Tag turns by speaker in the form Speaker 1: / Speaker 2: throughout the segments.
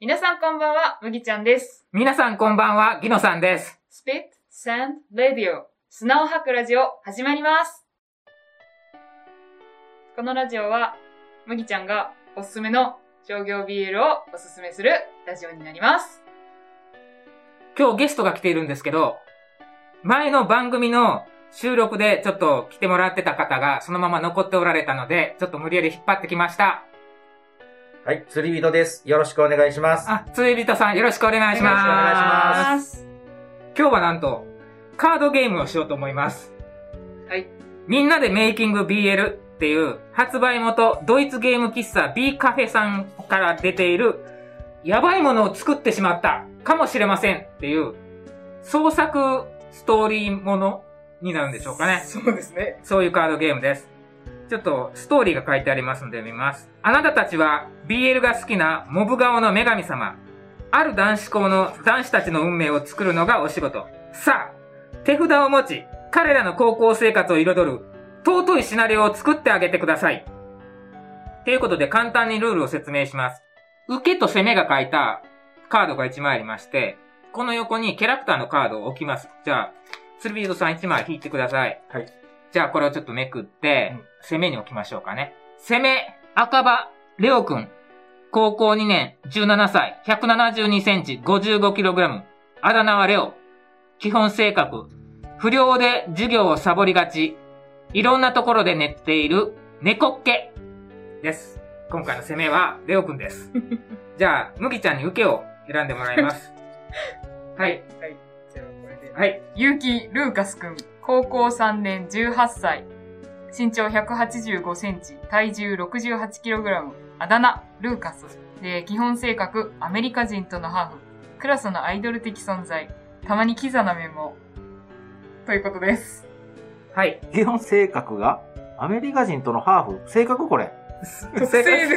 Speaker 1: 皆さんこんばんは、麦ちゃんです。
Speaker 2: 皆さんこんばんは、ギノさんです。
Speaker 1: スピット、サンド、レディオ、砂を吐くラジオ、始まります。このラジオは、麦ちゃんがおすすめの商業 BL をおすすめするラジオになります。。
Speaker 2: 今日ゲストが来ているんですけど、前の番組の収録でちょっと来てもらってた方がそのまま残っておられたので、ちょっと無理やり引っ張ってきました。
Speaker 3: はい、釣り人です。よろしくお願いします。
Speaker 2: あ、釣り人さんよろしくお願いします。
Speaker 3: よろしくお願いします
Speaker 2: 今日はなんと、カードゲームをしようと思います。
Speaker 1: はい。
Speaker 2: みんなでメイキング BL っていう、発売元、ドイツゲーム喫茶 B カフェさんから出ている、やばいものを作ってしまったかもしれませんっていう、創作ストーリーものになるんでしょうかね。
Speaker 1: そうですね。
Speaker 2: そういうカードゲームです。ちょっとストーリーが書いてありますので見ます。あなたたちは BL が好きなモブ顔の女神様。ある男子校の男子たちの運命を作るのがお仕事。さあ、手札を持ち、彼らの高校生活を彩る尊いシナリオを作ってあげてください。ということで簡単にルールを説明します。受けと攻めが書いたカードが1枚ありまして、この横にキャラクターのカードを置きます。じゃあ、スルビードさん1枚引いてください。
Speaker 3: はい。
Speaker 2: じゃあこれをちょっとめくって、
Speaker 3: うん
Speaker 2: 攻めに置きましょうかね。攻め、赤羽、レオくん。高校2年、17歳、172センチ、55キログラム。あだ名はレオ。基本性格。不良で授業をサボりがち。いろんなところで寝ている、猫っけ。です。今回の攻めは、レオくんです。 じゃあ、麦ちゃんに受けを選んでもらい ます。はい。。
Speaker 1: はい。じゃあ、これで。
Speaker 2: はい。
Speaker 1: ゆうきルーカスくん、高校3年18歳、身長185センチ、体重68キログラム、あだ名、ルーカス。で、基本性格、アメリカ人とのハーフ、クラスのアイドル的存在、たまにキザな面も、ということです。
Speaker 2: はい。
Speaker 3: 基本性格がアメリカ人とのハーフ。性格これ。
Speaker 2: 特特性です。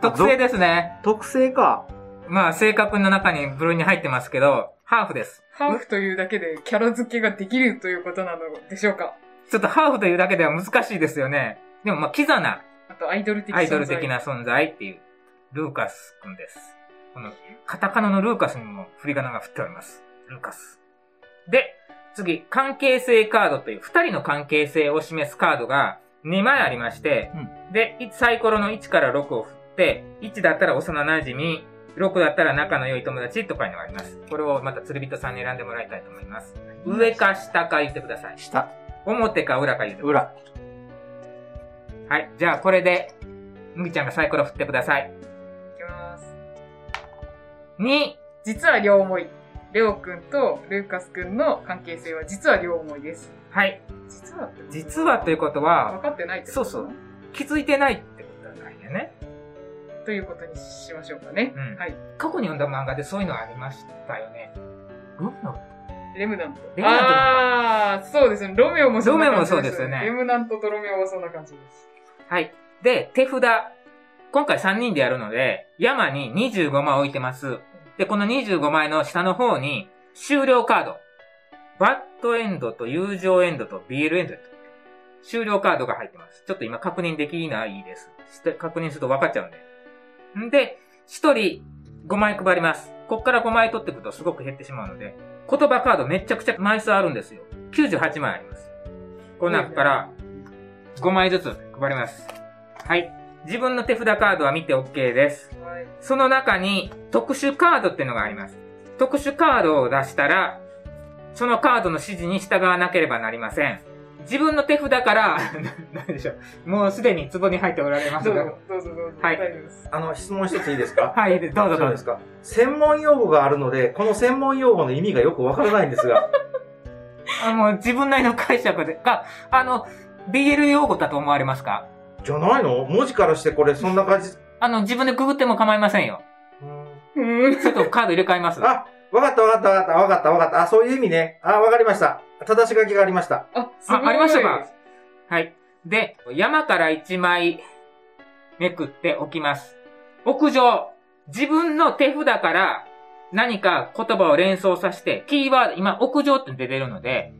Speaker 2: 特性ですね。
Speaker 3: 特性か。
Speaker 2: まあ、性格の中に部類に入ってますけど、ハーフです。
Speaker 1: ハーフというだけでキャラ付けができるということなのでしょうか
Speaker 2: ちょっとハーフというだけでは難しいですよね。でも、まあ、キザな
Speaker 1: あと、アイドル的存在。
Speaker 2: アイドル的な。存在っていう、ルーカスくんです。この、カタカナのルーカスにも振り仮名が振っております。ルーカス。で、次、関係性カードという、二人の関係性を示すカードが2枚ありまして、で、いサイコロの1から6を振って、1だったら幼馴染、6だったら仲の良い友達とかいうのがあります。これをまた釣り人さんに選んでもらいたいと思います。上か下か言ってください。
Speaker 3: 下、
Speaker 2: 表か裏か言ってください。
Speaker 3: 裏。
Speaker 2: はい。じゃあ、これで、麦ちゃんがサイコロ振ってください。
Speaker 1: いきます。
Speaker 2: 2、
Speaker 1: 実は両思い。レオくんとルーカスくんの関係性は実は両思いです。
Speaker 2: はい。
Speaker 1: 実はってこと
Speaker 2: 実はということ
Speaker 1: 分
Speaker 2: は、
Speaker 1: かってないってこと
Speaker 2: そうそう。気づいてないってことなんやね。
Speaker 1: ということにしましょうかね。
Speaker 2: うん
Speaker 1: はい。
Speaker 2: 過去に読んだ漫画でそういうのありましたよね。ロメオ
Speaker 1: レムナント。
Speaker 2: レムナントと
Speaker 1: ああー、そうですね。ロメオもそんな感じ
Speaker 2: ロメオもそうですよね
Speaker 1: レムナントとロメオはそんな感じです。
Speaker 2: はい。で、手札。今回3人でやるので、山に25枚置いてます。で、この25枚の下の方に、終了カード。バッドエンドと友情エンドと BL エンドと。終了カードが入ってます。ちょっと今確認できないです。して確認すると分かっちゃうんで。んで、1人5枚配ります。こっから5枚取っていくとすごく減ってしまうので、言葉カードめちゃくちゃ枚数あるんですよ。98枚あります。この中から5枚ずつ配ります。はい。自分の手札カードは見て OK です。
Speaker 1: はい。
Speaker 2: その中に特殊カードっていうのがあります。特殊カードを出したら、そのカードの指示に従わなければなりません。自分の手札から、 ななんでしょう。もうすでに壺に入っておられます
Speaker 1: どう
Speaker 2: が。
Speaker 1: ぞ、どうぞ、どうぞ。
Speaker 2: はい
Speaker 1: 大丈夫です。
Speaker 3: あの、質問一ついいです か
Speaker 2: はい、どうぞど
Speaker 3: そう
Speaker 2: うぞ。
Speaker 3: ですか専門用語があるので、この専門用語の意味がよくわからないんですが。
Speaker 2: あもう自分なりの解釈で、が、あの、BL 用語だと思われますか
Speaker 3: じゃないの文字からしてこれ、そんな感じ。
Speaker 2: あの、自分でググっても構いませんよ。
Speaker 3: うん
Speaker 1: うーん。
Speaker 2: ちょっとカード入れ替えます。
Speaker 3: あ、わかったわかったわかったわかったわかった。あ、そういう意味ね。あ、わかりました。正し書きがありま した。
Speaker 1: あ、すごい。
Speaker 2: あ、ありましたかはい。で、山から一枚めくっておきます。屋上。自分の手札から何か言葉を連想させて、キーワード、今、屋上って出てるので、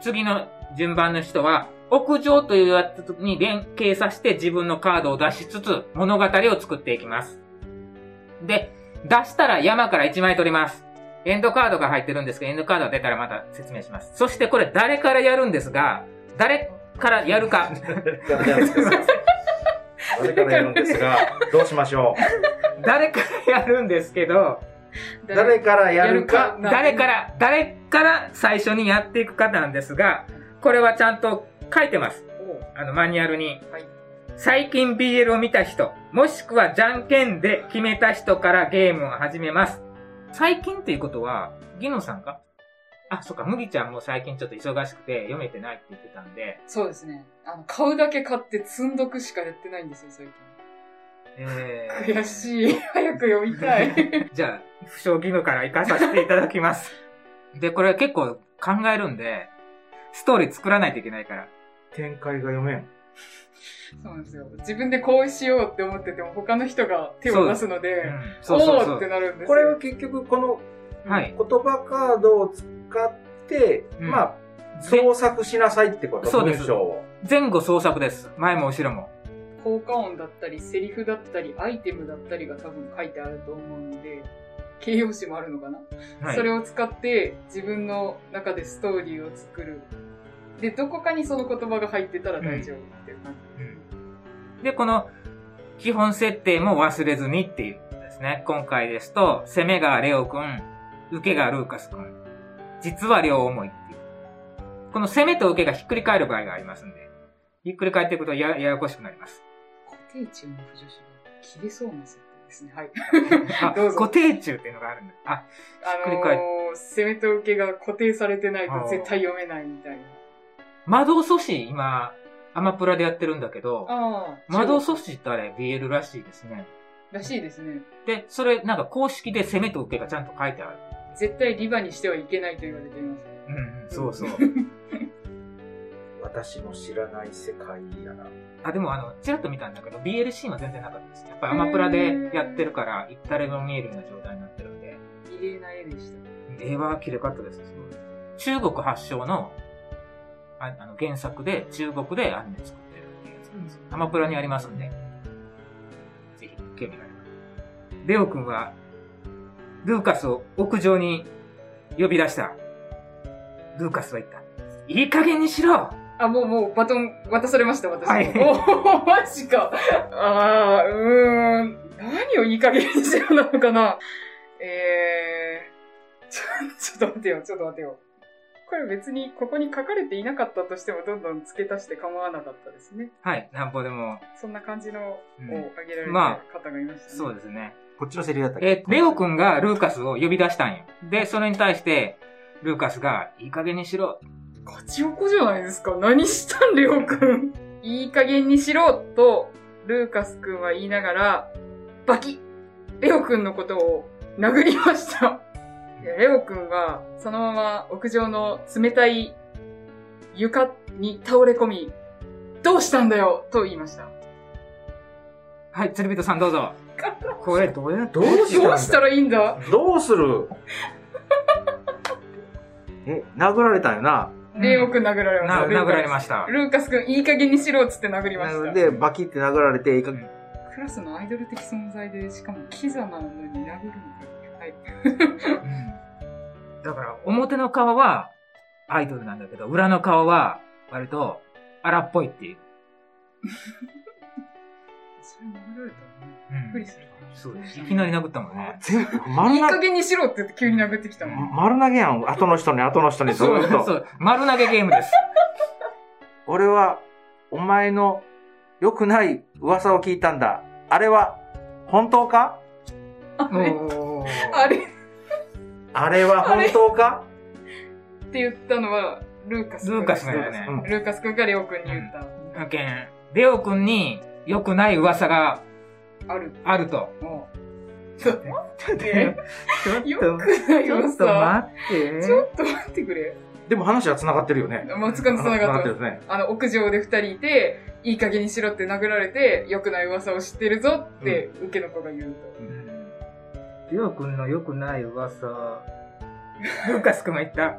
Speaker 2: 次の順番の人は、屋上というやつに連携させて自分のカードを出しつつ、物語を作っていきます。で、出したら山から1枚取ります。エンドカードが入ってるんですけど、エンドカードが出たらまた説明します。そしてこれ誰からやるんですが、誰からやるか、
Speaker 3: やるんですが誰からやるんですが、どうしましょう。
Speaker 2: 誰からやるんですけど、
Speaker 3: 誰からやるか、
Speaker 2: 誰から、誰から最初にやっていくかなんですが、これはちゃんと書いてます。あの、マニュアルに。
Speaker 1: はい
Speaker 2: 最近 BL を見た人、もしくはじゃんけんで決めた人からゲームを始めます。最近っていうことは、ギノさんかあ、そっか、麦ちゃんも最近ちょっと忙しくて読めてないって言ってたんで、
Speaker 1: そうですね。あの、買うだけ買って積んどくしかやってないんですよ、最
Speaker 2: え
Speaker 1: 近。悔しい。早く読みたい。
Speaker 2: じゃあ、不祥義務から行かさせていただきます。 で、これ結構考えるんで、ストーリー作らないといけないから。
Speaker 3: 展開が読めん。
Speaker 1: そうなんですよ。自分でこうしようって思ってても、他の人が手を出すの
Speaker 2: う
Speaker 1: で、
Speaker 2: ん、
Speaker 1: お
Speaker 2: そうそうそ
Speaker 1: ーって
Speaker 2: う。
Speaker 1: なるんですよ。
Speaker 3: これは結局、この
Speaker 2: はい。
Speaker 3: 言葉カードを使って、
Speaker 2: うん
Speaker 3: まあ、創作しなさいってこと、
Speaker 2: そうで
Speaker 3: 文
Speaker 2: す
Speaker 3: 章を。
Speaker 2: 前後創作です。前も後ろも。
Speaker 1: 効果音だったり、セリフだったり、アイテムだったりが多分書いてあると思うので、形容詞もあるのかな、
Speaker 2: はい。
Speaker 1: それを使って自分の中でストーリーを作る。で、どこかにその言葉が入ってたら大丈夫っていう感じ。
Speaker 2: で、この基本設定も忘れずにっていうことですね。今回ですと、攻めがレオくん、受けがルーカスくん、実は両思いっていう。この攻めと受けがひっくり返る場合がありますんで、ひっくり返っていくとやややこしくなります。
Speaker 1: 固定中の不女子が切れそうな設定ですね。 はい。
Speaker 2: あ、
Speaker 1: どうぞ
Speaker 2: 固定中っていうのがあるんだ。あ、
Speaker 1: あ
Speaker 2: ひっくり
Speaker 1: の
Speaker 2: 返る
Speaker 1: ー、攻めと受けが固定されてないと絶対読めないみたいな。
Speaker 2: 魔導阻止、今、アマプラでやってるんだけど、
Speaker 1: ああ。
Speaker 2: 魔導
Speaker 1: そう
Speaker 2: 阻止ってあれ BL らしいですね。
Speaker 1: らしいですね。
Speaker 2: で、それなんか公式で攻めと受けがちゃんと書いてある。
Speaker 1: 絶対リバにしてはいけないと言われています。
Speaker 2: うん、うん、そうそう。
Speaker 3: 私の知らない世界やな。
Speaker 2: あ、でもあの、ちらっと見たんだけど、BL シーンは全然なかったです。やっぱりアマプラでやってるから、誰でも見えるような状態になってるんで、
Speaker 1: 綺麗な絵でした。
Speaker 2: 映画は綺麗かったです。すごい中国発祥の、ああの、原作で、中国でアニメ作ってるっていうやつなんですよ。アマプラにありますんで、ぜひ、興味があれば。レオ君は、ルーカスを屋上に呼び出した。ルーカスは言った。いい加減にしろ
Speaker 1: あ、もう、もう、バトン渡されました、私。
Speaker 2: はい
Speaker 1: おお、マジか。ああ、うーん。何をいい加減にしようなのかな。えー、ちょ、ち ょっと待てよ、ちょっと待てよ。これ別にここに書かれていなかったとしてもどんどん付け足して構わなかったですね。
Speaker 2: はい、なんぼでも。
Speaker 1: そんな感じのを
Speaker 2: うん
Speaker 1: 挙げられる
Speaker 2: ま
Speaker 1: 方がいましたね。
Speaker 2: そうですね。
Speaker 3: こっちのセリフだったっ
Speaker 2: えーレオ君がルーカスを呼び出したんよ。で、それに対して、ルーカスが、いい加減にしろ。
Speaker 1: ガチオコじゃないですか。何したん、レオくん。いい加減にしろ、と、ルーカスくんは言いながら、バキッレオくんのことを殴りました。いやレオくんは、そのまま屋上の冷たい床に倒れ込み、どうしたんだよと言いました。
Speaker 2: はい、釣り人さんどう ぞ。これ、どうやって
Speaker 3: どうしたんだ
Speaker 1: どうしたらいいんだ
Speaker 3: どうする え、殴られたんよな。
Speaker 1: レオくん殴られまし
Speaker 2: な
Speaker 1: た。
Speaker 2: 殴られました。
Speaker 1: ルーカスくん、いい加減にしろっつって殴りました。
Speaker 3: で、バキって殴られて、いいか
Speaker 1: クラスのアイドル的存在で、しかもキザなのに殴るのか。はい。
Speaker 2: うんだから、表の顔は、アイドルなんだけど、裏の顔は、割と、荒っぽいっていう。
Speaker 1: それ殴られたらね、
Speaker 2: う
Speaker 1: びっくり
Speaker 2: ん、
Speaker 1: するか
Speaker 2: そうです。いきなり殴ったもんね。
Speaker 3: 全部
Speaker 1: ら。い
Speaker 3: 丸
Speaker 1: い
Speaker 3: 投
Speaker 1: 加
Speaker 3: げ、
Speaker 1: 減にしろって言って急に殴ってきたもん。
Speaker 3: 丸投げやん。後の人に、後の人に、ず
Speaker 2: そう
Speaker 3: っ
Speaker 2: そ
Speaker 3: と。
Speaker 2: う。丸投げゲーム です。
Speaker 3: 俺は、お前の良くない噂を聞いたんだ。あれは、本当か
Speaker 1: あれ
Speaker 2: おー
Speaker 1: あれ
Speaker 3: あれは本当か
Speaker 1: って言ったのは、ルーカス君。
Speaker 2: ルーカスだよ
Speaker 1: ね。
Speaker 2: ね
Speaker 3: う。ん
Speaker 1: ルーカス君がレオ君に言った。
Speaker 2: だけん、レオ君に良くない噂が
Speaker 1: ある。
Speaker 2: あると。
Speaker 1: もう。
Speaker 2: ちょっと待 って。ちょっと
Speaker 1: よくない
Speaker 2: ちょ
Speaker 1: よ
Speaker 2: っと
Speaker 1: さ。
Speaker 2: 待って。
Speaker 1: ちょっと待ってくれ。
Speaker 3: でも話は繋がってるよね。
Speaker 1: まあ、つかの繋が
Speaker 3: っ
Speaker 1: ってた
Speaker 3: る。よね。
Speaker 1: あの、屋上で二人いて、いい加減にしろって殴られて、良くない噂を知ってるぞって、受けの子が言うと。
Speaker 2: レオ君の良くない噂。ルーカス君が言った。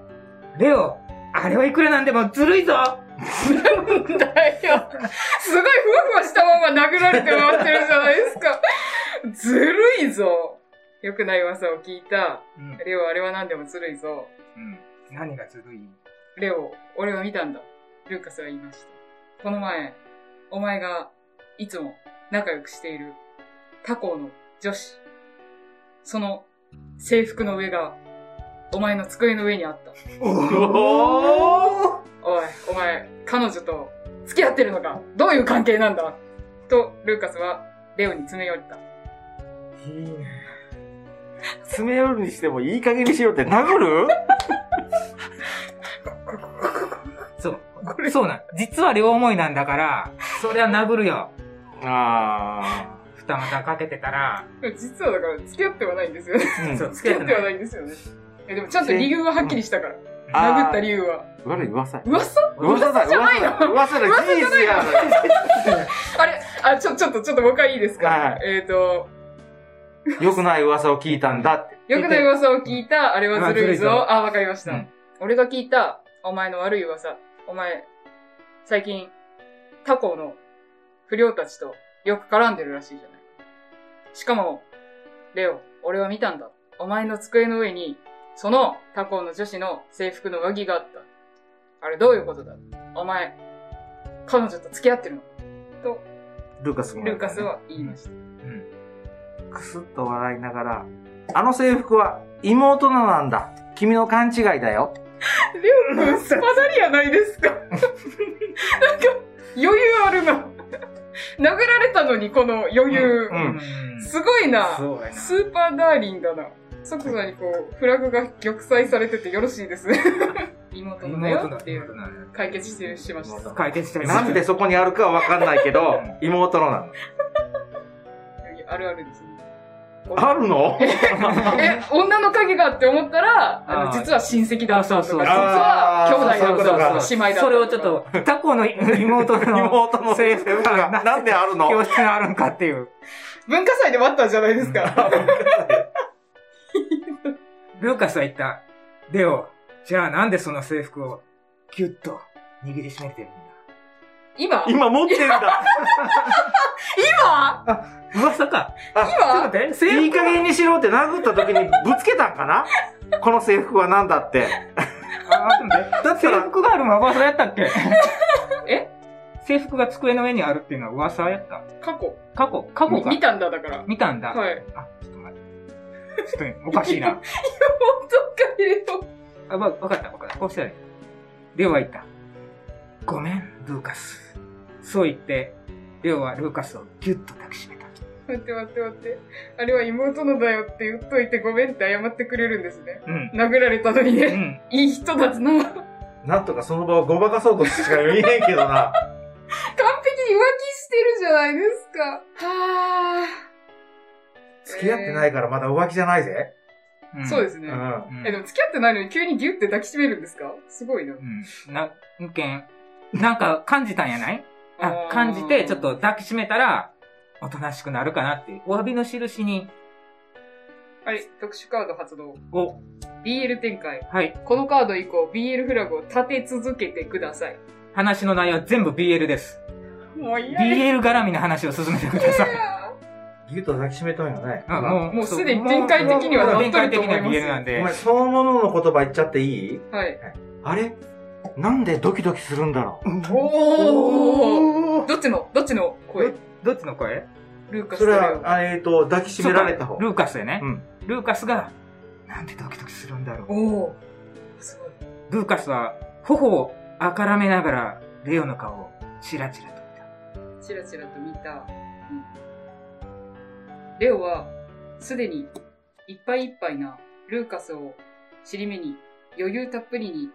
Speaker 2: レオ、あれはいくらなんでもずるいぞ
Speaker 1: なんだよ。すごいふわふわしたまま殴られて回ってるじゃないですか。ずるいぞ。良くない噂を聞いた。
Speaker 2: うん。
Speaker 1: レオ、あれは何でもずるいぞ。
Speaker 2: うん。何がずるい
Speaker 1: レオ、俺は見たんだ。ルーカスは言いました。この前、お前がいつも仲良くしている他校の女子。その制服の上がお前の机の上にあった。
Speaker 3: おー
Speaker 1: おい、お前、彼女と付き合ってるのかどういう関係なんだと、ルーカスはレオに詰め寄った。
Speaker 2: いいね。
Speaker 3: 詰め寄るにしてもいい加減にしろって殴る
Speaker 2: そう。そうなん。実は両思いなんだから、そりゃ殴るよ。
Speaker 3: あ
Speaker 2: 二股かけてたら、
Speaker 1: 実はだから付き合ってはないんですよね。
Speaker 3: ー。う
Speaker 2: そ
Speaker 3: ん
Speaker 2: う、付
Speaker 1: 付
Speaker 2: き
Speaker 1: き合ってては
Speaker 2: 合っな。
Speaker 1: いないんですよね。えでもちゃんと理由ははっきりしたから。
Speaker 3: あー
Speaker 1: 殴った理由は。
Speaker 3: 悪い噂。
Speaker 1: 噂
Speaker 3: 噂だ、
Speaker 1: じゃないの
Speaker 3: 噂だ、噂だ、事実や
Speaker 1: あれあ、ちょ、ちょっと、ちょっともう一回いいですか、
Speaker 3: はい
Speaker 1: えっ、と、
Speaker 3: 良くない噂を聞いたんだって。
Speaker 1: 良くない噂を聞いた、あれはずるいぞ。
Speaker 2: まあずるいぞ
Speaker 1: あ、わかりました、
Speaker 2: うん
Speaker 1: 俺が聞いた、お前の悪い噂。お前、最近、他校の不良たちとよく絡んでるらしいじゃない。しかも、レオ、俺は見たんだ。お前の机の上に、その他校の女子の制服の上着があった。あれどういうことだお前、彼女と付き合ってるのと、
Speaker 3: ルーカスも。
Speaker 1: ルーカス。は言いました。
Speaker 2: うん。
Speaker 3: くすっと笑いながら、あの制服は妹のなんだ。君の勘違いだよ。
Speaker 1: レオのスパダリやないですか。なんか、余裕あるな。殴られたのに、この余裕。
Speaker 3: うん
Speaker 1: すごいな。
Speaker 2: そうやな。
Speaker 1: スーパーダーリンだな。即座にこう、フラグが玉砕されててよろしいですね。妹のだよっていう解決してしました。
Speaker 2: 解決したい
Speaker 3: なんでそこにあるかはわかんないけど、妹のなの。
Speaker 1: あるあるですね。
Speaker 3: あるの
Speaker 1: え、女の影がって思ったら、あの、
Speaker 2: あー
Speaker 1: 実は親戚だったとか、
Speaker 2: そ
Speaker 1: 実
Speaker 2: うそうそう
Speaker 1: は兄弟だ
Speaker 3: そ
Speaker 1: と
Speaker 3: うそう
Speaker 1: か、姉妹だったとか。
Speaker 2: それをちょっと、他校の妹の
Speaker 3: 妹の制服が なんであるの
Speaker 2: 教室にあるんかっていう。
Speaker 1: 文化祭で待ったんじゃないですか。
Speaker 2: ルーカスは言った。レオ、じゃあなんでその制服をギュッと握りしめてるんだ
Speaker 1: 今今
Speaker 3: 今持ってるんだ。
Speaker 1: 今
Speaker 2: 噂か。ちょっと待って、
Speaker 3: い
Speaker 2: 制
Speaker 3: い
Speaker 2: 服
Speaker 3: 加減にしろって殴った時にぶつけたんかなこの制服は何だって。
Speaker 2: あなんで
Speaker 3: だった
Speaker 2: 制
Speaker 3: ら、
Speaker 2: 服があるの噂やったっ け
Speaker 1: え
Speaker 2: 制服が机の上にあるっていうのは噂やった。
Speaker 1: 過去
Speaker 2: 過去、過去
Speaker 1: み
Speaker 2: か。
Speaker 1: 見たんだだから。
Speaker 2: 見たんだ。
Speaker 1: はい。
Speaker 2: あ、ちょっと待って。ちょっとおか しいな。
Speaker 1: 本当かよ。
Speaker 2: あ、わ、わかった、わかった。こうしたらいい。レオは言った。ごめん、ルーカス。そう言って、レオはルーカスをギュッと抱きしめた。
Speaker 1: 待って待って待って。あれは妹のだよって言っといてごめんって謝ってくれるんですね。
Speaker 2: うん。
Speaker 1: 殴られたのに
Speaker 2: う
Speaker 1: ね。
Speaker 2: ん。
Speaker 1: いい人だな。完璧に浮気
Speaker 3: なんとかその場をごまかそうとしか言えへんけどな。
Speaker 1: してるじゃないですか。は
Speaker 3: 付き合ってないからまだ浮気じゃないぜ。
Speaker 2: う
Speaker 1: あ。
Speaker 2: ん
Speaker 1: そうですね。
Speaker 3: うん。
Speaker 2: うん
Speaker 1: え、でも付き合ってないのに急にギュって抱きしめるんですかすごいな。
Speaker 2: うん。な、んけん。なんか感じたんやないあ、感じて、ちょっと。抱きしめたら、おとなしくなるかなっていう。お詫びの印に、
Speaker 1: あれ、特殊カード発動。
Speaker 2: お、
Speaker 1: BL 展開。
Speaker 2: はい。
Speaker 1: このカード以降、BL フラグを立て続けてください。
Speaker 2: 話の内容は全部 BL です。
Speaker 1: もう嫌や。
Speaker 2: BL 絡みの話を進めてください。
Speaker 3: ギュッと抱きしめとんよね。
Speaker 2: あ
Speaker 1: もうすでに展開的には
Speaker 2: もう
Speaker 1: なっ
Speaker 2: 展
Speaker 1: とる
Speaker 2: 開
Speaker 1: と
Speaker 2: 的
Speaker 1: 思
Speaker 2: に
Speaker 1: いま
Speaker 2: は
Speaker 1: す
Speaker 2: BL なん
Speaker 3: お
Speaker 2: で
Speaker 3: 前、。そのものの言葉言っちゃっていい
Speaker 1: はい。
Speaker 3: あれなんでドキドキするんだろ
Speaker 1: おお
Speaker 2: おー
Speaker 1: どっちのどっちの声
Speaker 2: どっちの声
Speaker 1: ルー
Speaker 3: う
Speaker 1: カス
Speaker 3: そ
Speaker 1: と
Speaker 3: れ
Speaker 1: レオ
Speaker 3: は、あえっ、と、抱きしめられた方。
Speaker 2: ルーカスやね
Speaker 3: う。ん。
Speaker 2: ルーカスが、なんでドキドキするんだろう。
Speaker 1: おおすごい。
Speaker 2: ルーカスは、頬をあからめながら、レオの顔をチラチラと見た。
Speaker 1: チラチラと見た。うんレオは、すでに、いっぱいいっぱいなルーカスを尻目に、余裕たっぷりに、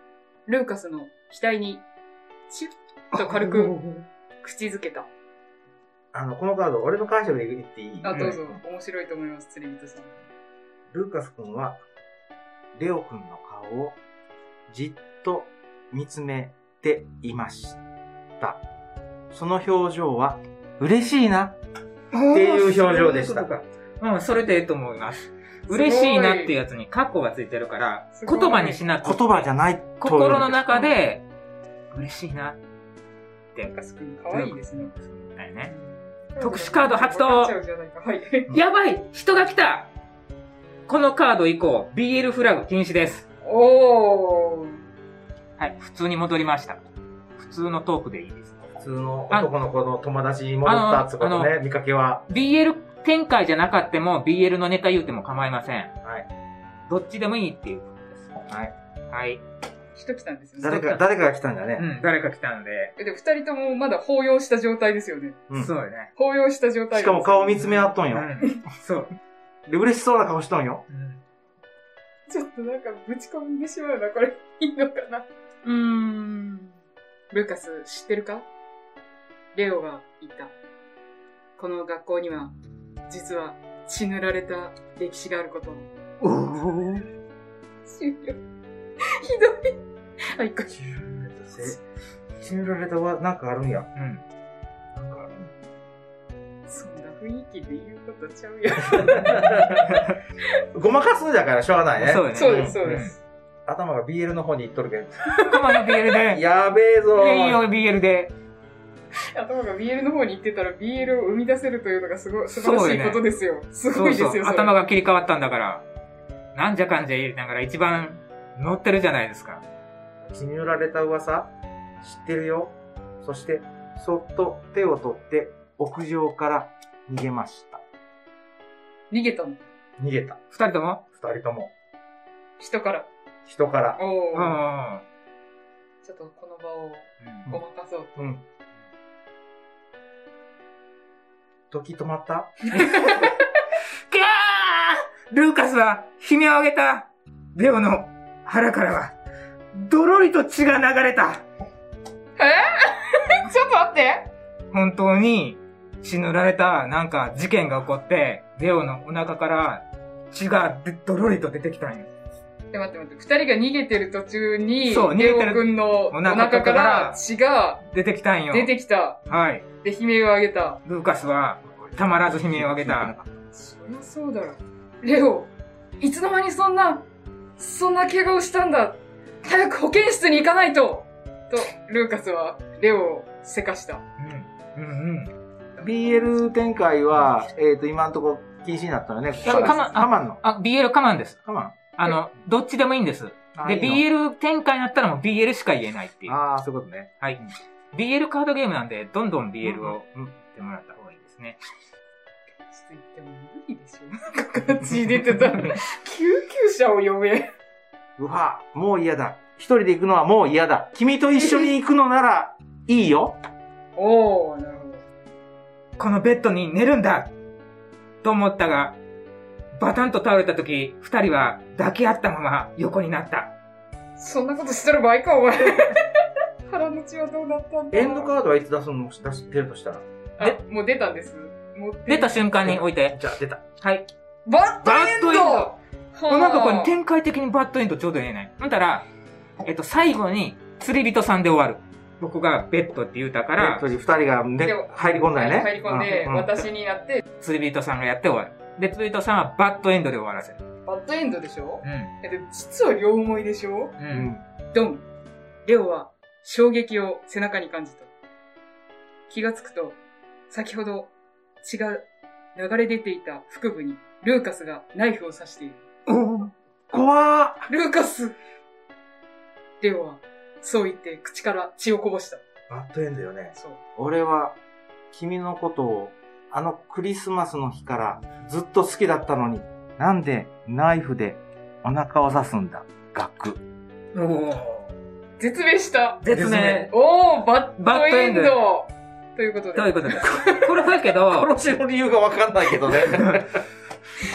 Speaker 1: ルーカスの額に、チュッと軽く口づけた。
Speaker 3: あの、このカード、俺の解釈で言っていい
Speaker 1: あ、どうぞ
Speaker 2: う。
Speaker 1: 面白いと思います、釣り人さん。
Speaker 3: ルーカス君は、レオ君の顔をじっと見つめていました。その表情は、嬉しいな。
Speaker 2: って
Speaker 3: いう表情でした
Speaker 2: うん、それでええと思います。嬉しいなっていうやつにカッコがついてるから、
Speaker 1: すごい
Speaker 2: 言葉にしなくて
Speaker 3: 言葉じゃないという
Speaker 2: 心の中、で、嬉しいな。
Speaker 1: ルーカスくん、かわいいですね。
Speaker 2: だよね。特殊カード発動
Speaker 1: わかっちゃうじゃないかはい。
Speaker 2: やばい人が来たこのカード以降、BL フラグ禁止です。
Speaker 1: おー。
Speaker 2: はい、普通に戻りました。普通のトークでいいです。
Speaker 3: 普通の男の子の友達に戻ったってこと
Speaker 2: あ
Speaker 3: ね、見かけは。
Speaker 2: BL 展開じゃなかっても、BL のネタ言うても構いません。
Speaker 3: はい。
Speaker 2: どっちでもいいっていうことです。
Speaker 3: はい。
Speaker 2: はい。
Speaker 1: 人来たんですよね。
Speaker 3: 誰か、誰かが来たんだね。
Speaker 2: うん、誰か来たんで、
Speaker 1: えで、二人ともまだ抱擁した状態ですよね。
Speaker 3: うん
Speaker 2: そうよね。
Speaker 1: 抱擁した状態。
Speaker 3: しかも顔見つめ合っとんよ。
Speaker 2: うん、そう。
Speaker 3: で、嬉しそうな顔しとんよ。
Speaker 2: うん
Speaker 1: ちょっとなんかぶち込んでしまうな、これ。いいのかな。うーん。ルーカス、知ってるかレオがいた。この学校には、実は血塗られた歴史がある ことを。終了。ひどい。あ、一回。
Speaker 3: チューチューラレタはなんかあるんや。
Speaker 2: うん。
Speaker 3: なんかあるんや
Speaker 1: そんな雰囲気で言うことちゃうやん。
Speaker 3: ごまかすんだからしょうがないね。
Speaker 2: そうよね。
Speaker 1: そうです、そうで
Speaker 2: ん。
Speaker 1: す。
Speaker 3: 頭が BL の方に行っとるけど。
Speaker 2: この BL で。
Speaker 3: やべえぞ
Speaker 2: いいよ、BL で。
Speaker 1: 頭が BL の方に行ってたら BL を生み出せるというのがすごい素晴ら
Speaker 2: そ
Speaker 1: し
Speaker 2: うよ
Speaker 1: い
Speaker 2: ね
Speaker 1: ことですよ。す
Speaker 2: そ
Speaker 1: ごいうです
Speaker 2: そ
Speaker 1: よ、
Speaker 2: う。
Speaker 1: それ
Speaker 2: 頭が切り替わったんだから。なんじゃかんじゃ言いながら一番乗ってるじゃないですか。
Speaker 3: 血塗られた噂知ってるよ。そして、そっと手を取って屋上から逃げました。
Speaker 1: 逃げたの。
Speaker 3: 逃げた。
Speaker 2: 二人とも
Speaker 3: 二人とも。
Speaker 1: 人から。
Speaker 3: 人から。
Speaker 1: お
Speaker 2: う
Speaker 1: ー。
Speaker 2: ん。
Speaker 1: ちょっとこの場を
Speaker 2: うん
Speaker 1: ごまかそう。
Speaker 3: うん。時止まった
Speaker 2: キャールーカスは悲鳴を上げた。レオの腹からは、どろりと血が流れた。
Speaker 1: ちょっと待って
Speaker 2: 本当に血塗られた、なんか事件が起こって、レオのお腹から血がでどろりと出てきたんよ。
Speaker 1: で待って待って、二人が逃げてる途中に、
Speaker 2: そう逃げ
Speaker 1: レ
Speaker 2: てる
Speaker 1: オ君のお腹から血が
Speaker 2: 出てきたんよ。
Speaker 1: 出てきた。
Speaker 2: はい。
Speaker 1: で、悲鳴を上げた。
Speaker 2: ルーカスは、たまらず悲鳴を上げ た。。
Speaker 1: そりゃそうだろ。レオ、いつの間にそんな、そんな怪我をしたんだ。早く保健室に行かないとと、ルーカスは、レオをせかした。
Speaker 2: うん。うんうん。
Speaker 3: BL 展開は、えっ、と、今んとこ禁止になったよね。
Speaker 2: や
Speaker 3: ここから
Speaker 2: かま
Speaker 3: かまんの。
Speaker 2: あ、BL 我慢です。
Speaker 3: かまん。
Speaker 2: あの、どっちでもいいんです。
Speaker 3: あ
Speaker 2: で、
Speaker 3: いいの
Speaker 2: BL 展開になったらもう BL しか言えないっていう。
Speaker 3: ああ、そういうことね。
Speaker 2: はい。BL カードゲームなんで、どんどん BL を
Speaker 3: うん。
Speaker 2: やってもらった方がいいですね。
Speaker 1: ちょっと言っても無理でしょ。なんか血出てた。救急車を呼べ。
Speaker 3: うわ、もう嫌だ。一人で行くのはもう嫌だ。君と一緒に行くのなら、いいよ。
Speaker 1: おー、なるほど。
Speaker 2: このベッドに寝るんだと思ったが、バタンと倒れた時、二人は抱き合ったまま横になった。
Speaker 1: そんなことしてる場合か、お前。腹の血はどうなったんだ
Speaker 3: エンドカードはいつ出すの出し出るとしたら。
Speaker 1: あもう出たんです。持って
Speaker 2: 出た瞬間に置いて。
Speaker 3: じゃあ出た。
Speaker 2: はい。
Speaker 1: バッドエンド
Speaker 2: バッドエンド
Speaker 1: はあ
Speaker 2: なんかこれ展開的にバッドエンドちょうどええない。ほんたら、えっと、最後に釣り人さんで終わる。僕がベッドって言うたか
Speaker 3: え
Speaker 2: ら
Speaker 3: っと、、二人がね
Speaker 1: でも、
Speaker 3: 入り込んだよね。
Speaker 1: 入り込んで、
Speaker 3: うう
Speaker 1: 私になって、
Speaker 2: 釣り人さんがやって終わる。で、釣り人さんはバッドエンドで終わらせる。
Speaker 1: バッドエンドでしょ
Speaker 2: う
Speaker 1: えで実は両思いでしょ
Speaker 2: ん。
Speaker 3: う
Speaker 2: うん
Speaker 3: ん。
Speaker 1: ドン。レオは衝撃を背中に感じた。気がつくと、先ほど血が流れ出ていた腹部にルーカスがナイフを刺している。
Speaker 3: お怖っ
Speaker 1: ルーカスレオはそう言って口から血をこぼした。
Speaker 3: バッドエンドよね。
Speaker 1: そう。
Speaker 3: 俺は、君のことを、あのクリスマスの日からずっと好きだったのに、なんでナイフでお腹を刺すんだ、ガク。
Speaker 2: おー
Speaker 1: 絶命した。
Speaker 2: 絶
Speaker 3: 絶
Speaker 2: 命
Speaker 3: 命。
Speaker 1: おー、バッ
Speaker 2: バ
Speaker 1: ド
Speaker 2: ッド
Speaker 1: エ
Speaker 2: エ
Speaker 1: ン
Speaker 2: ン
Speaker 1: ド
Speaker 2: ド
Speaker 1: ということで、
Speaker 2: ということです。 これだけど、
Speaker 3: 殺しの理由がわかんないけどね。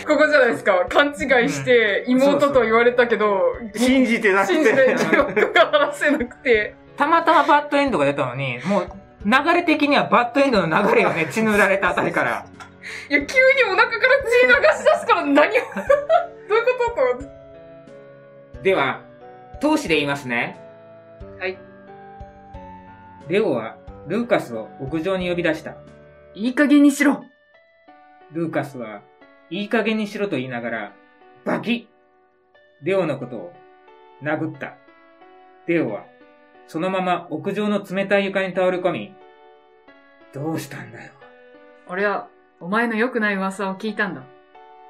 Speaker 1: ここじゃないですか。勘違いして妹と言われたけど、
Speaker 3: 信じてなくて。
Speaker 1: 信じて記憶が話せなくて。
Speaker 2: たまたまバッドエンドが出たのに、もう、流れ的にはバッドエンドの流れを ね、血塗られたあたりから。
Speaker 1: いや、急にお腹から血流し出すから何を、 どういうことと思っ
Speaker 2: では、投資で言いますね。
Speaker 1: て。はい。
Speaker 2: レオは、ルーカスを屋上に呼び出した。
Speaker 1: いい加減にしろ
Speaker 2: ルーカスは、いい加減にしろと言いながら、バキッレオのことを殴った。レオは、そのまま屋上の冷たい床に倒れ込み、どうしたんだよ。
Speaker 1: 俺は、お前の良くない噂を聞いたんだ。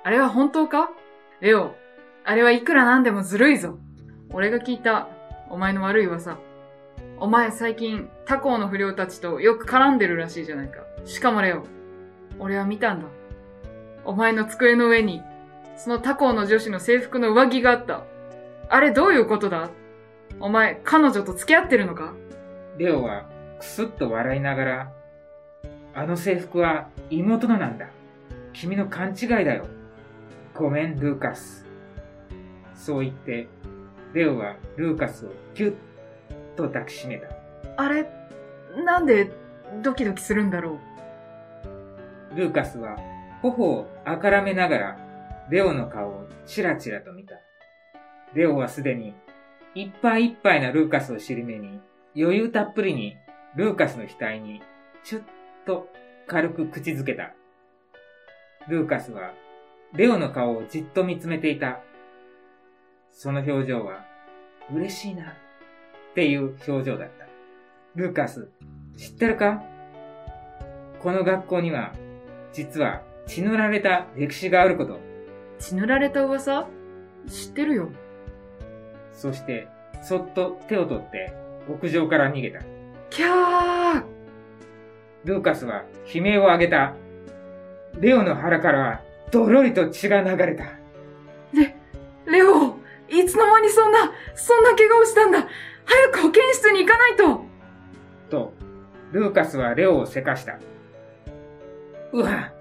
Speaker 1: あれは本当かレオ、あれはいくらなんでもずるいぞ。俺が聞いた、お前の悪い噂。お前最近、他校の不良たちとよく絡んでるらしいじゃないか。しかもレオ、俺は見たんだ。お前の机の上に、その他校の女子の制服の上着があった。あれどういうことだお前、彼女と付き合ってるのか
Speaker 2: レオはくすっと笑いながら、あの制服は妹のなんだ。君の勘違いだよ。ごめん、ルーカス。そう言って、レオはルーカスをぎゅっと抱きしめた。
Speaker 1: あれ、なんで、ドキドキするんだろう。
Speaker 2: ルーカスは頬をあからめながら、レオの顔をチラチラと見た。レオはすでに、いっぱいいっぱいなルーカスを尻目に、余裕たっぷりに、ルーカスの額に、チュッと軽く口づけた。ルーカスは、レオの顔をじっと見つめていた。その表情は、嬉しいな、っていう表情だった。ルーカス、知ってるかこの学校には、実は血塗られた歴史があること。
Speaker 1: 血塗られた噂知ってるよ。
Speaker 2: そして、そっと手を取って屋上から逃げた。
Speaker 1: キャー
Speaker 2: ルーカスは悲鳴を上げた。レオの腹からはどろりと血が流れた。
Speaker 1: レオいつの間にそんな、そんな怪我をしたんだ早く保健室に行かないと
Speaker 2: と、ルーカスはレオをせかした。うわ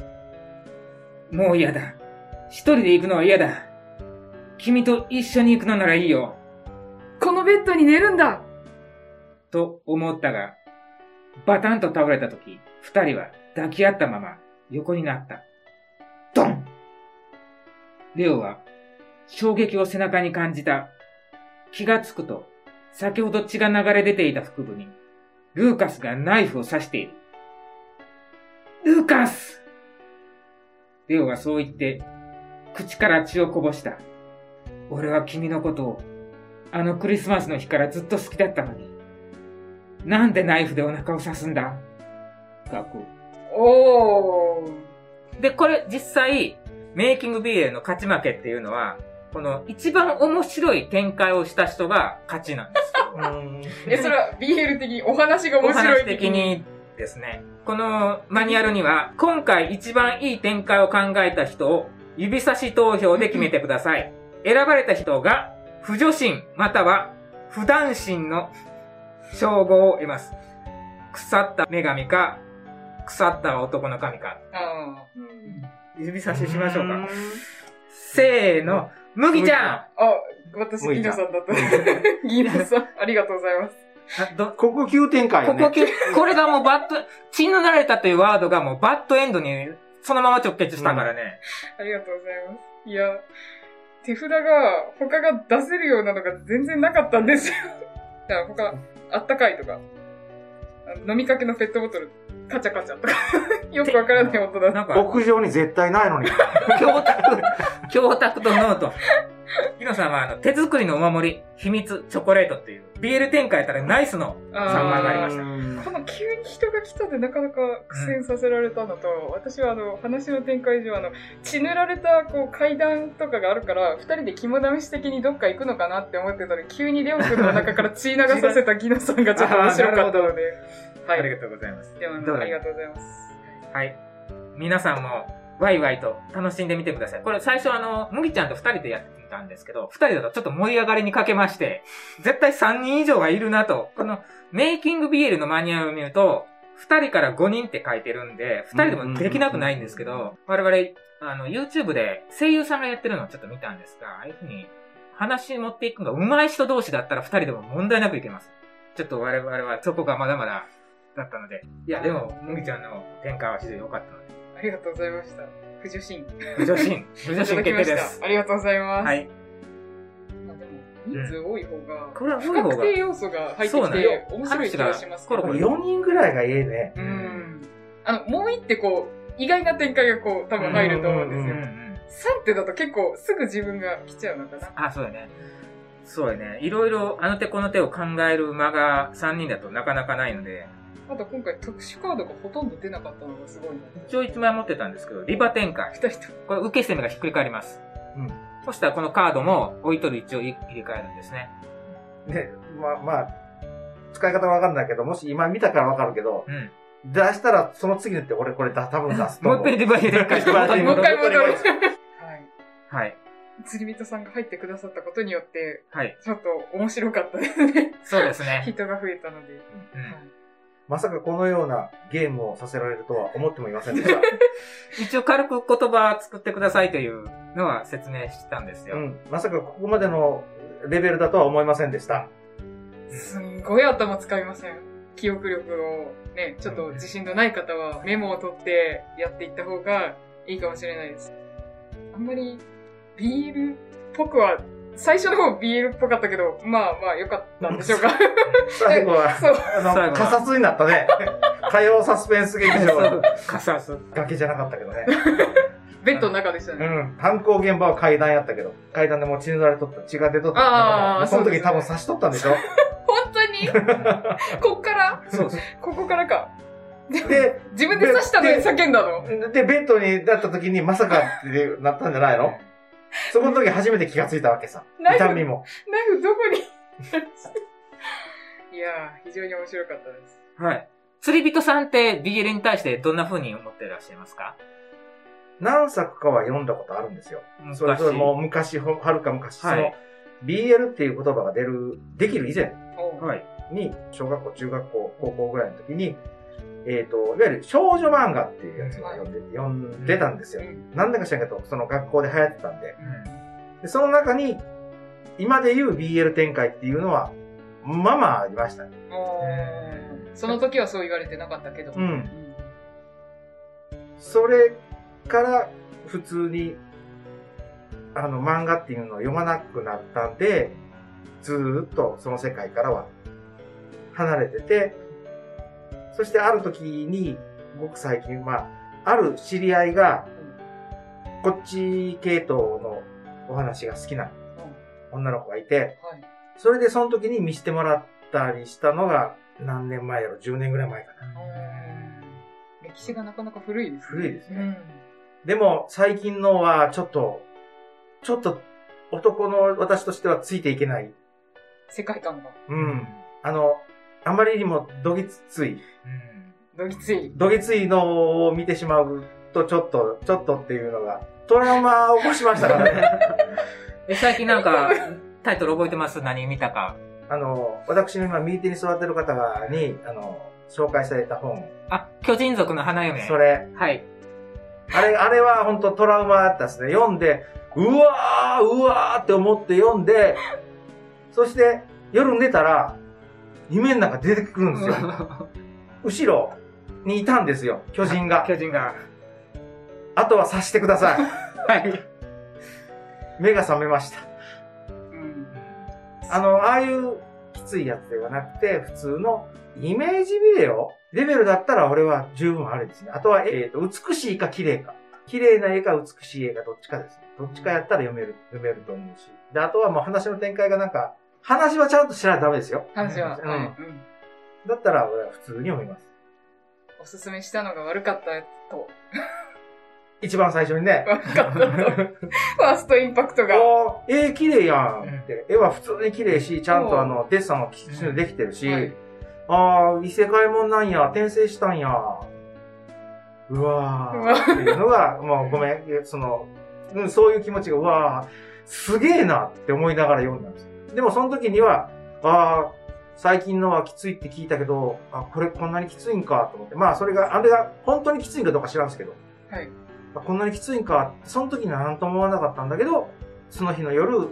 Speaker 2: もう嫌だ。一人で行くのは嫌だ。君と一緒に行くのならいいよ。
Speaker 1: このベッドに寝るんだ
Speaker 2: と思ったが、バタンと倒れた時、二人は抱き合ったまま横になった。ドンレオは衝撃を背中に感じた。気がつくと、先ほど血が流れ出ていた腹部に、ルーカスがナイフを刺している。ルーカスレオはそう言って、口から血をこぼした。俺は君のことを、あのクリスマスの日からずっと好きだったのに。なんでナイフでお腹を刺すんだ学校。
Speaker 1: おー。
Speaker 2: で、これ実際、メイキング BA の勝ち負けっていうのは、この一番面白い展開をした人が勝ちなんですよ。
Speaker 1: え、それは BL 的にお話が
Speaker 2: お
Speaker 1: 面白
Speaker 2: 話
Speaker 1: い的
Speaker 2: 的
Speaker 1: に。
Speaker 2: にですね。このマニュアルには、今回一番いい展開を考えた人を指差し投票で決めてください。選ばれた人が、不女心または不男心の称号を得ます。腐った女神か、腐った男の神か。
Speaker 1: あ
Speaker 2: 指差ししましょうか。せーの、麦ちゃん
Speaker 1: ーあ、私、ギノさんだった。 ギノさん、ありがとうございます。
Speaker 2: あど
Speaker 3: ここ急展開
Speaker 2: こ
Speaker 3: よ
Speaker 2: こ
Speaker 3: ね。
Speaker 2: き、これがもうバッド、血塗られたというワードがもうバッドエンドにそのまま直結したからね。
Speaker 1: ありがとうございます。いや、手札が、他が出せるようなのが全然なかったんですよ。 だから他、あったかいとか、あの飲みかけのペットボトル、カチャカチャとか、 よくわからない音だな。
Speaker 2: なんか、
Speaker 3: 屋上に絶対ない のに。
Speaker 2: 教託、教託とノート。イノさんはあの、手作りのお守り、秘密、チョコレートっていう、ビール展開やったらナイスの、
Speaker 1: あー
Speaker 2: 三枚がありました
Speaker 1: この急に人が来たでなかなか苦戦させられたのと、私はあの話の展開上あの血塗られたこう階段とかがあるから二人で肝試し的にどっか行くのかなって思ってたら急にレオ君の中から血流させたギノさんがちょっと面白かったので、
Speaker 2: あ
Speaker 1: はい、
Speaker 2: りがとうございます。
Speaker 1: でもあ
Speaker 2: どう
Speaker 1: の
Speaker 2: だ
Speaker 1: ありがとうございます。
Speaker 2: はい。皆さんも、ワイワイと楽しんでみてください。これ最初あの、麦ちゃんと二人でやってみたんですけど、二人だとちょっと盛り上がりにかけまして、絶対三人以上はいるなと、この、メイキング BL のマニュアルを見ると、二人から五人って書いてるんで、二人でもできなくないんですけ
Speaker 3: うんうんうん
Speaker 2: ど、我々、あの、YouTube で声優さんがやってるのをちょっと見たんですが、ああいうふうに話持っていくのが上手い人同士だったら二人でも問題なくいけます。ちょっと我々はそこがまだまだだったので、いや、でも、麦ちゃんの展開は非常に良かったので、
Speaker 1: ありがとうございました。不助心。
Speaker 2: 無女心、無女
Speaker 1: いた
Speaker 2: 心
Speaker 1: だ
Speaker 2: 決
Speaker 1: きま
Speaker 2: 定
Speaker 1: し
Speaker 2: です
Speaker 1: た。。ありがとうございます。
Speaker 2: は。い。
Speaker 1: まあでも人数多い方が、
Speaker 2: これは
Speaker 1: 不確定要素が入って
Speaker 2: そう
Speaker 1: き
Speaker 2: なの
Speaker 1: て面白い気がしますけど
Speaker 2: 話がコロコロ
Speaker 3: 4人ぐらいがええね。
Speaker 1: うんあの、もう一手こう、意外な展開がこう、多分入ると思うんです
Speaker 2: うんう
Speaker 1: よ。
Speaker 2: ん。
Speaker 1: 3手だと結構すぐ自分が来ちゃうのかな。
Speaker 2: あ、そうだね。そうだね。いろいろあの手この手を考える間が3人だとなかなかないので、
Speaker 1: あと今回特殊カードがほとんど出なかったのがすごいな。
Speaker 2: 一応1枚持ってたんですけど、リバ展開。
Speaker 1: 二人と
Speaker 2: これ受け攻めがひっくり返ります。
Speaker 3: うん。
Speaker 2: そしたらこのカードも置いとる位置を入れ替えるんですね。
Speaker 3: で、まあ、まあ、使い方わかんないけど、もし今見たからわかるけど、
Speaker 2: うん。
Speaker 3: 出したらその次のって俺これだ、多分出すと
Speaker 2: もう
Speaker 3: 思
Speaker 2: 一遍
Speaker 3: う。
Speaker 2: リバ展開してもらっていい
Speaker 1: もう一回
Speaker 3: 戻
Speaker 1: 戻
Speaker 3: る
Speaker 1: る。は
Speaker 3: 戻
Speaker 1: い
Speaker 3: る。
Speaker 2: はい。
Speaker 1: 釣り人さんが入ってくださったことによって、
Speaker 2: はい。
Speaker 1: ちょっと面白かったですね。
Speaker 2: そうですね。
Speaker 1: 人が増えたので。
Speaker 2: うん。
Speaker 3: まさかこのようなゲームをさせられるとは思ってもいませんで した。
Speaker 2: 一応軽く言葉作ってくださいというのは説明したんですよ。
Speaker 3: うん。まさかここまでのレベルだとは思いませんでした。
Speaker 1: はいすんごい頭使いません。記憶力をね、ちょっと自信のない方はメモを取ってやっていった方がいいかもしれないです。あんまりビールっぽくは、最初の方ビールっぽかったけど、まあまあ良かったんでしょ うか。
Speaker 3: 最後は、
Speaker 1: そう。
Speaker 3: あの
Speaker 2: 最、後は
Speaker 3: 仮殺になったね。 火曜サスペンス劇場。
Speaker 2: カサス。
Speaker 3: 崖じゃなかったけどね。
Speaker 1: ベッドの中でしたね。
Speaker 3: うん。犯行現場は階段やったけど、階段でもう血塗られとった、血が出とったんだから。
Speaker 1: あー
Speaker 3: もうその
Speaker 1: そう
Speaker 3: 時
Speaker 1: ですね
Speaker 3: 多分刺しとったんでしょ
Speaker 1: 本当 にこっから
Speaker 2: そうそう。
Speaker 1: ここからか。
Speaker 3: で、
Speaker 1: 自分で刺したのに叫んだの。
Speaker 3: で、ベッドになった時にまさかってなったんじゃないのそこの時初めて気がついたわけさ。
Speaker 1: ない
Speaker 3: 痛みも。
Speaker 1: ナイフどこに いやー、非常に面白かったです。
Speaker 2: はい。釣り人さんって BL に対してどんな風に思ってらっしゃいますか
Speaker 3: 何作かは読んだことあるんですよ。それぞれもう昔、ほはるか昔、
Speaker 2: はい
Speaker 3: その BL っていう言葉が出る、できる以前
Speaker 1: おう
Speaker 2: はい。
Speaker 3: に、小学校、中学校、高校ぐらいの時に、えっ、と、いわゆる少女漫画っていうやつを読んで、読んでたんですよ。
Speaker 1: うん
Speaker 3: なんだか知らんけど、その学校で流行ってたんで。
Speaker 2: うん
Speaker 3: でその中に、今で言う BL 展開っていうのは、まあまあありましたね。
Speaker 1: おーその時はそう言われてなかったけど。
Speaker 3: う。
Speaker 1: うんん
Speaker 3: それから、普通に、あの、漫画っていうのを読まなくなったんで、ずーっとその世界からは離れてて、そしてある時に、ごく最近、まあ、ある知り合いが、こっち系統のお話が好きな女の子がいて、
Speaker 1: はい
Speaker 3: それでその時に見せてもらったりしたのが何年前やろ ?10 年ぐらい前かな。
Speaker 1: おー歴史がなかなか古いですね。
Speaker 3: 古いですね
Speaker 1: うん
Speaker 3: でも最近のはちょっと、ちょっと男の私としてはついていけない。
Speaker 1: 世界観が。
Speaker 3: うん。あの、あまりにもどぎつい、
Speaker 2: うん
Speaker 1: どぎつい。
Speaker 3: どぎついのを見てしまうとちょっと、ちょっとっていうのがトラウマを起こしましたからね。
Speaker 2: え最近なん か、タイトル覚えてます何見たか。
Speaker 3: あの、私の今右手に座ってる方に、あの、紹介された本、
Speaker 2: あ、巨人族の花嫁。
Speaker 3: それ、
Speaker 2: はい。
Speaker 3: あれ、あれは本当トラウマだったですね。読んで、うわー、うわーって思って読んで、そして夜寝たら、夢の中出てくるんで すよ。後ろにいたんですよ、巨人が。
Speaker 2: 巨人が。
Speaker 3: あとは察してください。
Speaker 2: はい。
Speaker 3: 目が覚めました。
Speaker 1: うん
Speaker 3: あの、ああいうきついやつではなくて、普通のイメージビデオレベルだったら俺は十分あるですね。あとは、えっ、と、美しいか綺麗か。綺麗な絵か美しい絵かどっちかですね。どっちかやったら読める、読めると思うし。で、あとはもう話の展開がなんか、話はちゃんと知らないとダメですよ。
Speaker 1: 話は、
Speaker 3: うん
Speaker 1: はいうん
Speaker 3: だったら俺は普通に読みます。
Speaker 1: おすすめしたのが悪かったと。
Speaker 3: 一番最初にね。
Speaker 1: 悪かったと。ファーストインパクトが。
Speaker 3: おー絵綺麗やんって。絵は普通に綺麗し、ちゃんとあの、デッサンもきちんとできてるし、
Speaker 1: はい
Speaker 3: ああ、異世界もんなんや、転生したんや。うわ
Speaker 1: う
Speaker 3: ー
Speaker 1: わ
Speaker 3: っていうのが、まあごめん、その、うん、そういう気持ちが、うわーすげえなって思いながら読んだんですよ。でもその時には、ああ、最近のはきついって聞いたけど、あ、これこんなにきついんかと思って、まあそれが、あれが本当にきついんかどうか知らんすけど、
Speaker 1: はい。
Speaker 3: あこんなにきついんかって、その時には何とも思わなかったんだけど、その日の夜、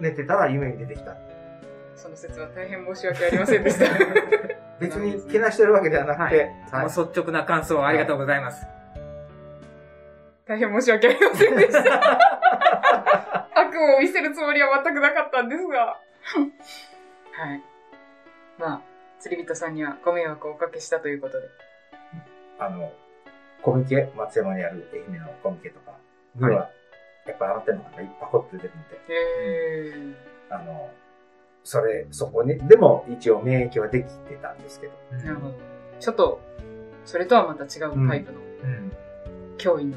Speaker 3: 寝てたら夢に出てきた。
Speaker 1: その説は大変申し訳ありませんでした。
Speaker 3: 別にけなしてるわけではなくて、
Speaker 2: もう率直な感想ありがとうございます。
Speaker 1: 大変申し訳ありませんでした。悪を見せるつもりは全くなかったんですが。はい。まあ、釣り人さんにはご迷惑をおかけしたということで。
Speaker 3: あの、コミケ、松山にある愛媛のコミケとかには、
Speaker 2: は
Speaker 3: やっぱあの手の方がいっぱい掘って出てるんで、
Speaker 1: へー。
Speaker 3: あの、それ、そこに、でも一応免疫はできてたんですけど。
Speaker 1: なるほど。ちょっと、それとはまた違うタイプの
Speaker 2: うん。
Speaker 1: 脅威に、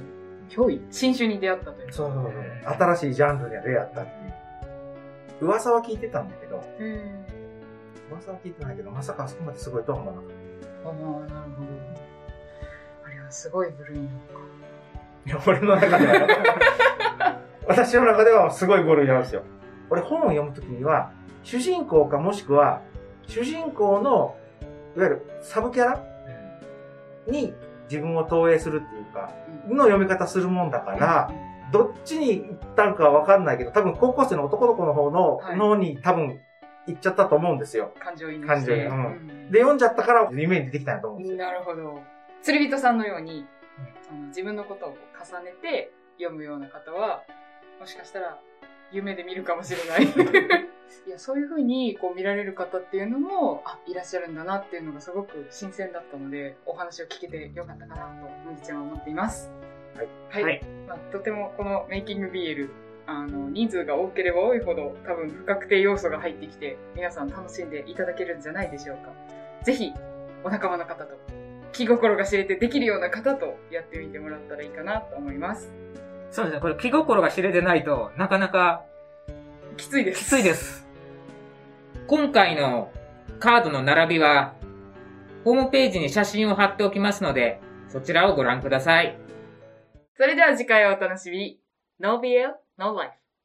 Speaker 1: 脅威新種に出会ったという。
Speaker 3: そうそうそう。新しいジャンルには出会ったっていう。噂は聞いてたんだけど、
Speaker 1: へー
Speaker 3: 噂は聞いてないけど、まさかあそこまですごいとは思わなかっ
Speaker 1: ああ、なるほど。あれはすごい部類なのか。
Speaker 3: た。いや、俺の中では。 私の中ではすごいゴルフなんですよ。俺本を読むときには、主人公かもしくは、主人公の、いわゆるサブキャラに自分を投影するっていうか、の読み方するもんだから、どっちに行ったんかは分かんないけど、多分高校生の男の子の方の
Speaker 1: はい
Speaker 3: 脳に多分行っちゃったと思うんですよ。
Speaker 1: 感情移入
Speaker 3: 感
Speaker 1: し
Speaker 3: 情移
Speaker 1: て。
Speaker 3: 入うん
Speaker 1: うん
Speaker 3: で、読んじゃったから夢に出てきたんだと思うんですよ。
Speaker 1: なるほど。釣り人さんのように、あの自分のことを重ねて読むような方は、もしかしたら夢で見るかもしれない。 いや、そういうふうにこう見られる方っていうのも、あ、いらっしゃるんだなっていうのがすごく新鮮だったので、お話を聞けてよかったかなと、むぎちゃんは思っています。はい。
Speaker 2: はい
Speaker 1: まあ、とてもこのメイキング BL、あの、人数が多ければ多いほど多分不確定要素が入ってきて、皆さん楽しんでいただけるんじゃないでしょうか。ぜひ、お仲間の方と、気心が知れてできるような方とやってみてもらったらいいかなと思います。
Speaker 2: そうですね。これ、気心が知れてないと、なかなか
Speaker 1: きついです。
Speaker 2: きついです。今回のカードの並びは、ホームページに写真を貼っておきますので、そちらをご覧ください。
Speaker 1: それでは次回をお楽しみに。No BL, No Life.